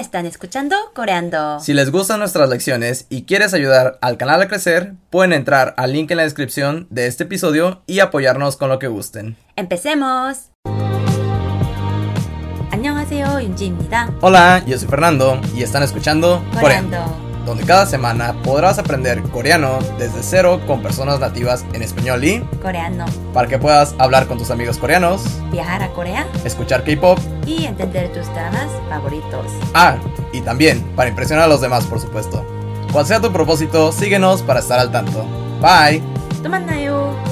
están escuchando Coreando. Si les gustan nuestras lecciones y quieres ayudar al canal a crecer, pueden entrar al link en la descripción de este episodio y apoyarnos con lo que gusten. ¡Empecemos! 안녕하세요, 윤지입니다. Hola, yo soy Fernando y están escuchando Coreando. donde cada semana podrás aprender coreano desde cero con personas nativas en español y Coreano. para que puedas hablar con tus amigos coreanos, Viajar a Corea escuchar K-pop, y entender tus dramas favoritos. ah, y también para impresionar a los demás, por supuesto. Cual sea tu propósito, síguenos para estar al tanto. Bye. 또 만나요.